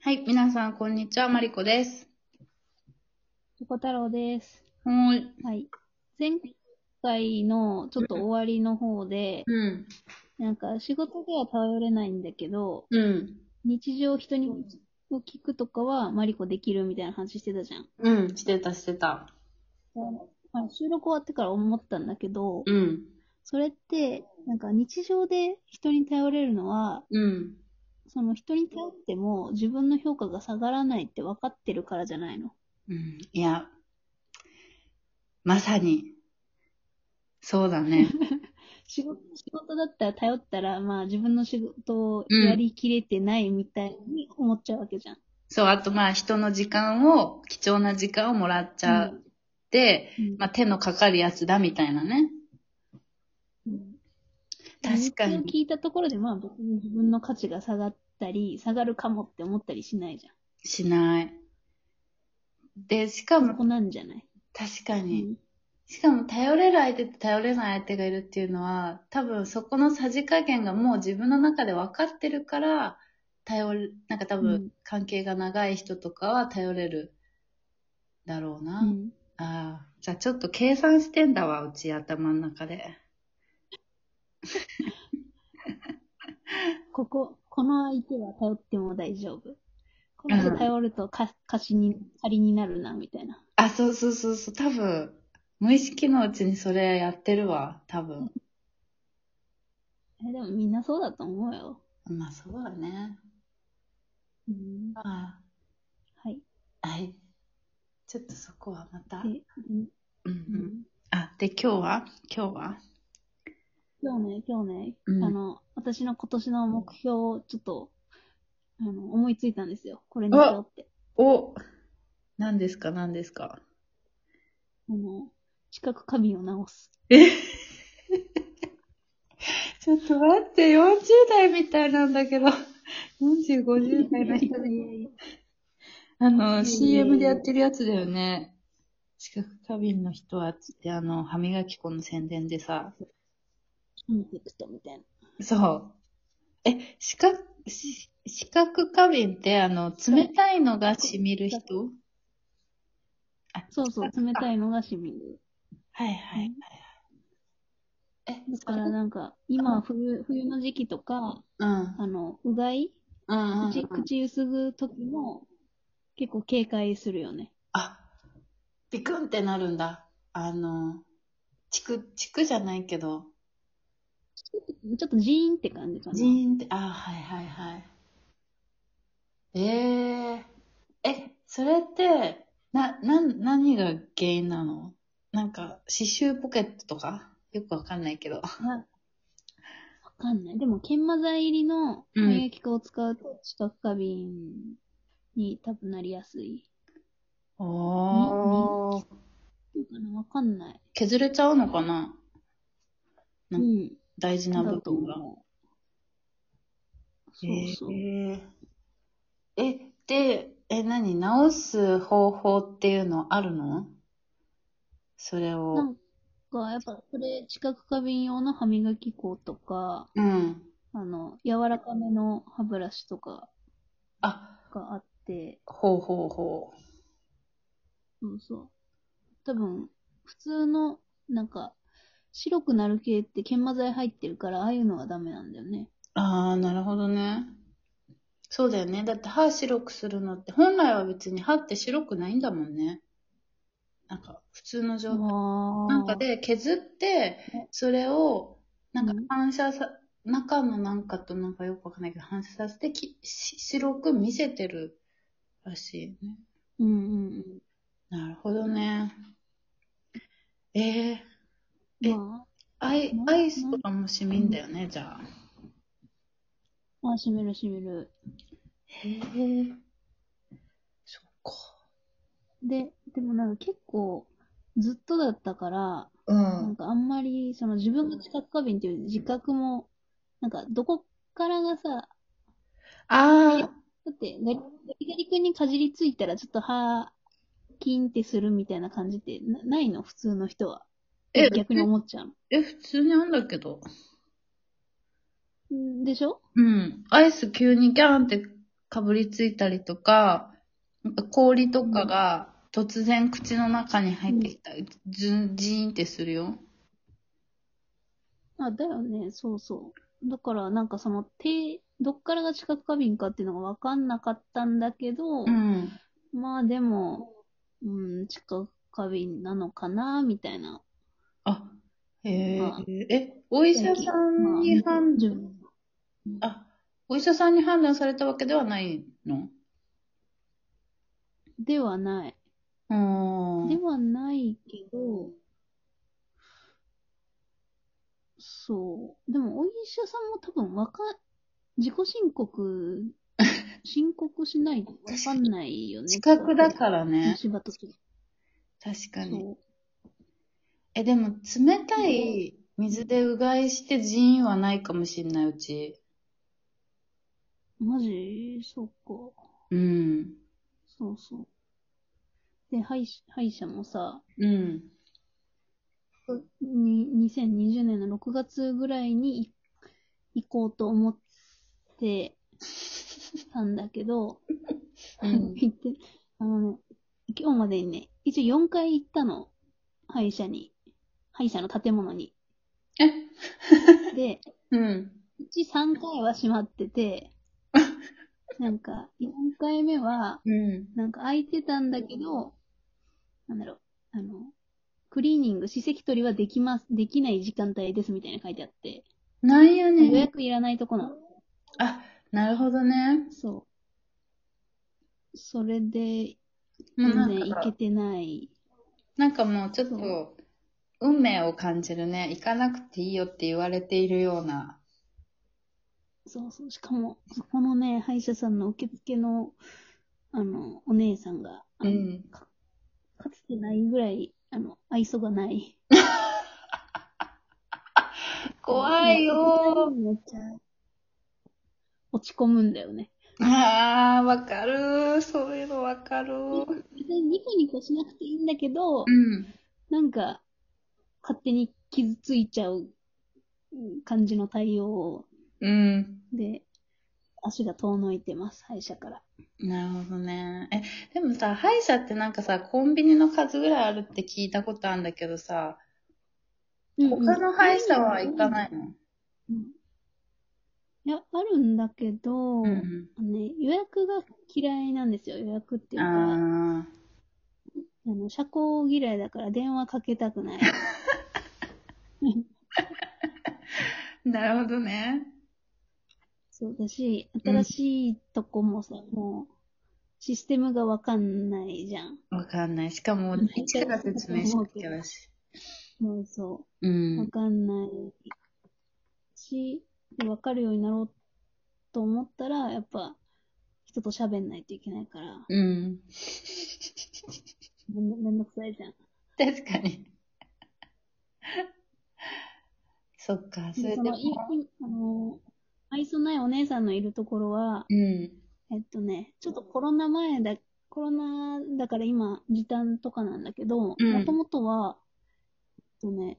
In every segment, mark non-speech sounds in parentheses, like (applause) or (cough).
はい、皆さん、こんにちは、マリコです。チョコ太郎です。もう、はい。前回のちょっと終わりの方で、うん、なんか仕事では頼れないんだけど、うん、日常人にを聞くとかはマリコできるみたいな話してたじゃん。うん、してた、してた。まあ、収録終わってから思ったんだけど、うん、それって、なんか日常で人に頼れるのは、うん。その人に頼っても自分の評価が下がらないって分かってるからじゃないの。うん、いや、まさに、そうだ (laughs) ね。仕事仕事だったら頼ったら、まあ自分の仕事をやりきれてないみたいに思っちゃうわけじゃん。そう、あとまあ、人の時間を、貴重な時間をもらっちゃっうて、んまあ、手のかかるやつだ、みたいなね。うん確かに一応聞いたところで、まあ別に自分の価値が下がったり、下がるかもって思ったりしないじゃん。しない。で、しかそも、こなんじゃない、確かうに、んしかも頼れる相手と頼れない相手がいるっていうのは、多分そこのさじ加減がもう自分の中で分かってるから、頼る、なんか多う分ん関係が長い人とかは頼れるだろうな。うんああ、じゃあちょっと計算してんだわ、うち頭の中で。ここ、この相手は頼っても大丈夫。この人頼ると貸貸しに、借りになるな、みたいな。あ、そうそうそうそう、多分、無意識のうちにそれやってるわ、多分。えでもみんなそうだと思うよ。まあそうだね。うん、あはい。あ、はい。ちょっとそこはまた。で、ううんんう。うんんあ、で、今日は今日は今日ね、今日ね、うんあの、私の今年の目標をちょっと、あの、思いついたんですよ。これにうしわようって。お何ですか何ですかあの、知覚過敏を直す。ちょっと待って、40代みたいなんだけど、40、50代の人で、あの、CM でやってるやつだよね。視覚過敏の人は、つってあの、歯磨き粉の宣伝でさ、コンセプトみたいな。そう。え、視覚、し視覚過敏ってあの、冷たいのが染みる人あそうそう、冷たいのが市民で。はいはいはい。え、だからなんか、今冬、冬の時期とか、うん。あの、うがいうんうんう口、ん。口ゆすぐ時も、結構警戒するよね。あ、ビクンってなるんだ。あの、チク、チクじゃないけど、ちょっとジーンって感じかな。ジーンって、あ、はいはいはい。えー、え、それって、な、な、何が原因なのなんか、刺繍ポケットとかよくわかんないけど。わかんない。でも、研磨剤入りのうん免疫粉を使うと、知覚過敏に多分なりやすい。おー。どうかなわかんない。削れちゃうのかなううんん。大事な部だと分が。思う。そうそう。えーえ、で、え、何直す方法っていうのあるのそれなをん。か、やっぱ、それ、知覚過敏用の歯磨き粉とか、うん。あの、柔らかめの歯ブラシとかあ、があって、ほうほうほう。そうそう。多分、普通の、なんか、白くなる系って研磨剤入ってるから、ああいうのはダメなんだよね。ああ、なるほどね。そうだよね。だって歯白くするのって、本来は別に歯って白くないんだもんね。なんか、普通の状態。ななんか、で削って、それを、なんか反射さ、中のなんかとなんかよくわかんないけど、反射させてきし、白く見せてるらしいね。うんうんなるほどね。えー、うえん。まアイうんアイスとかも染みんだよね、じゃあ。あ、あ、閉める閉める。へえ。そっで、でもなんか結構、ずっとだったから、か。うなんん。かあんまり、その自分が知覚過敏っていう自覚も、なんかどこからがさ、あだってガリ、ガリガリ君にかじりついたらちょっと歯、キンってするみたいな感じってなないの普通の人は。え逆に思っちゃうのえ、普通にあんだけど。うん。でしょうん。アイス急にギャンってかぶりついたりとか、なんか氷とかが突然口の中に入ってきたり、ズンジーンってするよ。あ、だよね、そうそう。だから、なんかその、手、どっからが知覚過敏かっていうのが分かんなかったんだけど、うん。まあでも、うん、知覚過敏なのかな、みたいな。あ、へえまあ。え、お医者さんに判自断、分あ、お医者さんに判断されたわけではないのではない。うーでん。はないけど、そう。でも、お医者さんも多分わか、自己申 (laughs) 告、申告しないとわかんないよね。資格だからね。芝と違う確かに。そう。え、でも、冷たい水でうがいしてジーンはないかもしんない、うち。マジそうか。うん。そうそう。で、歯医歯医者もさ、うん。に2020年の6月ぐらいにい行こうと思ってたんだけど、うん行って、あのね、今日までにね、一応4回行ったの。歯医者に。歯医者の建物に。え (laughs) で、うん。うち3回は閉まってて、なんか、4回目は、うん。なんか空いてたんだけど、なんだろう、あの、クリーニング、歯石取りはできます、できない時間帯ですみたいな書いてあって、なんや予ねん。約いらないとこなの。あ、なるほどね。そう。それで、もうな全然ん行けか、てない。なんかもうちょっと、運命を感じるね。行かなくていいよって言われているような。そうそう。しかも、そこのね、歯医者さんの受付の、あの、お姉さんが、あのうんかかつてないぐらい、あの、愛想がない。怖いよめっちゃ、落ち込むんだよね。ー。あー、わかるー。そういうのわかるー。別にニコニコしなくていいんだけど、うん。なんか、勝手に傷ついちゃううん感じの対応うん。で、足が遠のいてます、歯医者から。なるほどね。え、でもさ、歯医者ってなんかさ、コンビニの数ぐらいあるって聞いたことあるんだけどさ、他の歯医者は行かい。ないのうんいや、あるんだけど、うん。ね、予約が嫌いなんですよ、予約っていうか。ああ。あの、社交嫌いだから電話かけた (laughs) くない。なるほどね。そうだし、うん新しいとこもさ、もう、システムがわかんないじゃん。わかんない。しかも、一から説明しなきゃだし。もうそうう、わん。かんないし、でわかるようになろうと思ったら、やっぱ、人と喋んないといけないから、うん。めんどめんどくさいじゃん。確かに。 (laughs) そっか、そでれそでの、いも。いあの、愛想ないお姉さんのいるところは、うん。えっとね、ちょっとコロナ前だ、コロナだから今、時短とかなんだけど、もうんともとは、えっとね、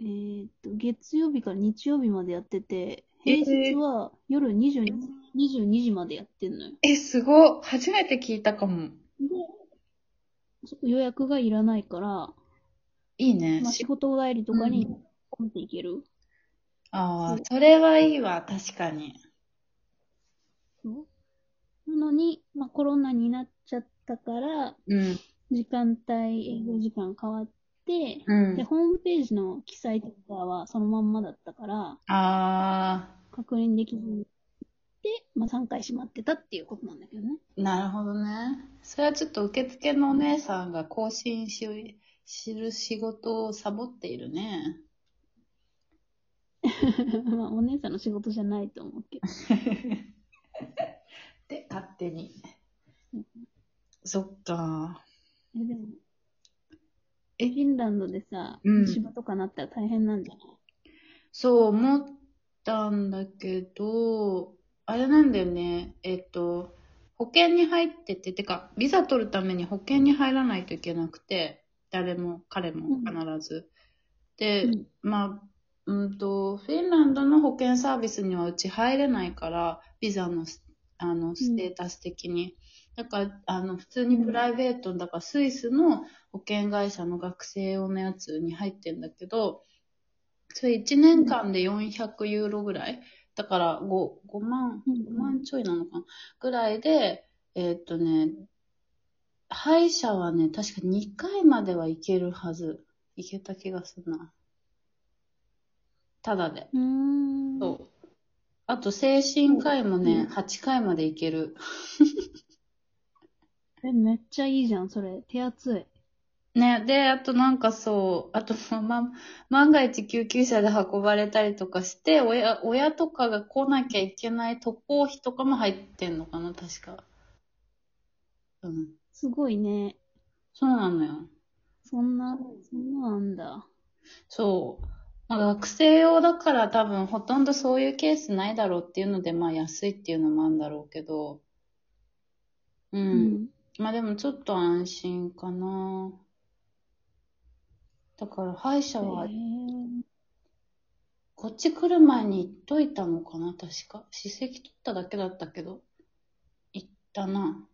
えーっと、月曜日から日曜日までやってて、え平ー日は夜22、22時までやってんのよ。え、すごい。初めて聞いたかも。で、そ予約がいらないから、いいね。まあ、し仕事帰りとかにう、ポンっていける。ああ、それはいいわ。確かに。そうなのに、まあ、コロナになっちゃったから、うん。時間帯、営業時間変わって、うんで、。ホームページの記載とかはそのまんまだったから、あ確認できずに、で、まあ、3回閉まってたっていうことなんだけどね。 (laughs) あ、なるほどね。それはちょっと受付のお姉さんが更新し、知る仕事をサボっているね。まあ、お姉さんの仕事じゃないと思うけど。で、勝手に。そっか。え、でも、えフィンランドでさ、うん芝とかなったら大変なんじゃないそう思ったんだけど、あれなんだよね。えっと、保険に入ってて、てか、ビザ取るために保険に入らないといけなくて、誰も、彼も必ず。で、うんまあ、うんと、フィンランドの保険サービスにはうち入れないから、ビザのあの、ステータス的に。だから、あの、普通にプライベート、だからスイスの保険会社の学生用のやつに入ってんだけど、それ1年間で400ユーロぐらいだから5、5万、うん5万ちょいなのかなぐらいで、えーっとね、歯医者はね、確か2回までは行けるはず。行けた気がするな。ただで。うーん。そう。あと、精神科医もうんね、8回まで行ける。え、めっちゃいいじゃん、それ。手厚い。ね、で、あとなんかそう、あと、 (laughs) ま、万が一救急車で運ばれたりとかして、親、親とかが来なきゃいけない渡航費とかも入ってんのかな、確か。うん。すごいね。そうなのよ。そんな、そんななんだ。そう。まあ、学生用だから多分ほとんどそういうケースないだろうっていうので、まあ安いっていうのもあるんだろうけど。う。。うんまあでもちょっと安心かな。だから歯医者はへーこっち来る前に行っといたのかな、確か。歯石取っただけだったけど。行ったな。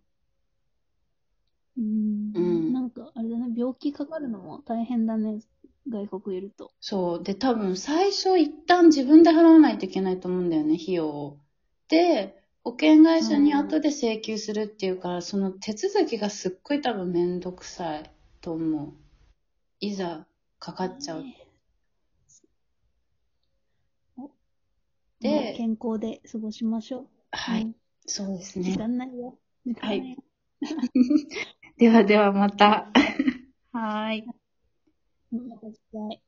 うんうんなんか、あれだね、病気かかるのも大変だね。外国いると。そう。で、多分最初一旦自分で払わないといけないと思うんだよね、費用を。で、保険会社に後で請求するっていうから、その手続きがすっごい多分めんどくさいと思う。いざかかっちゃう。ねおでもう健康で過ごしましょう。はういん。そうです時ね。間ないよ。時間ないよ。 (laughs) ではではまた。はーい。うんまた次回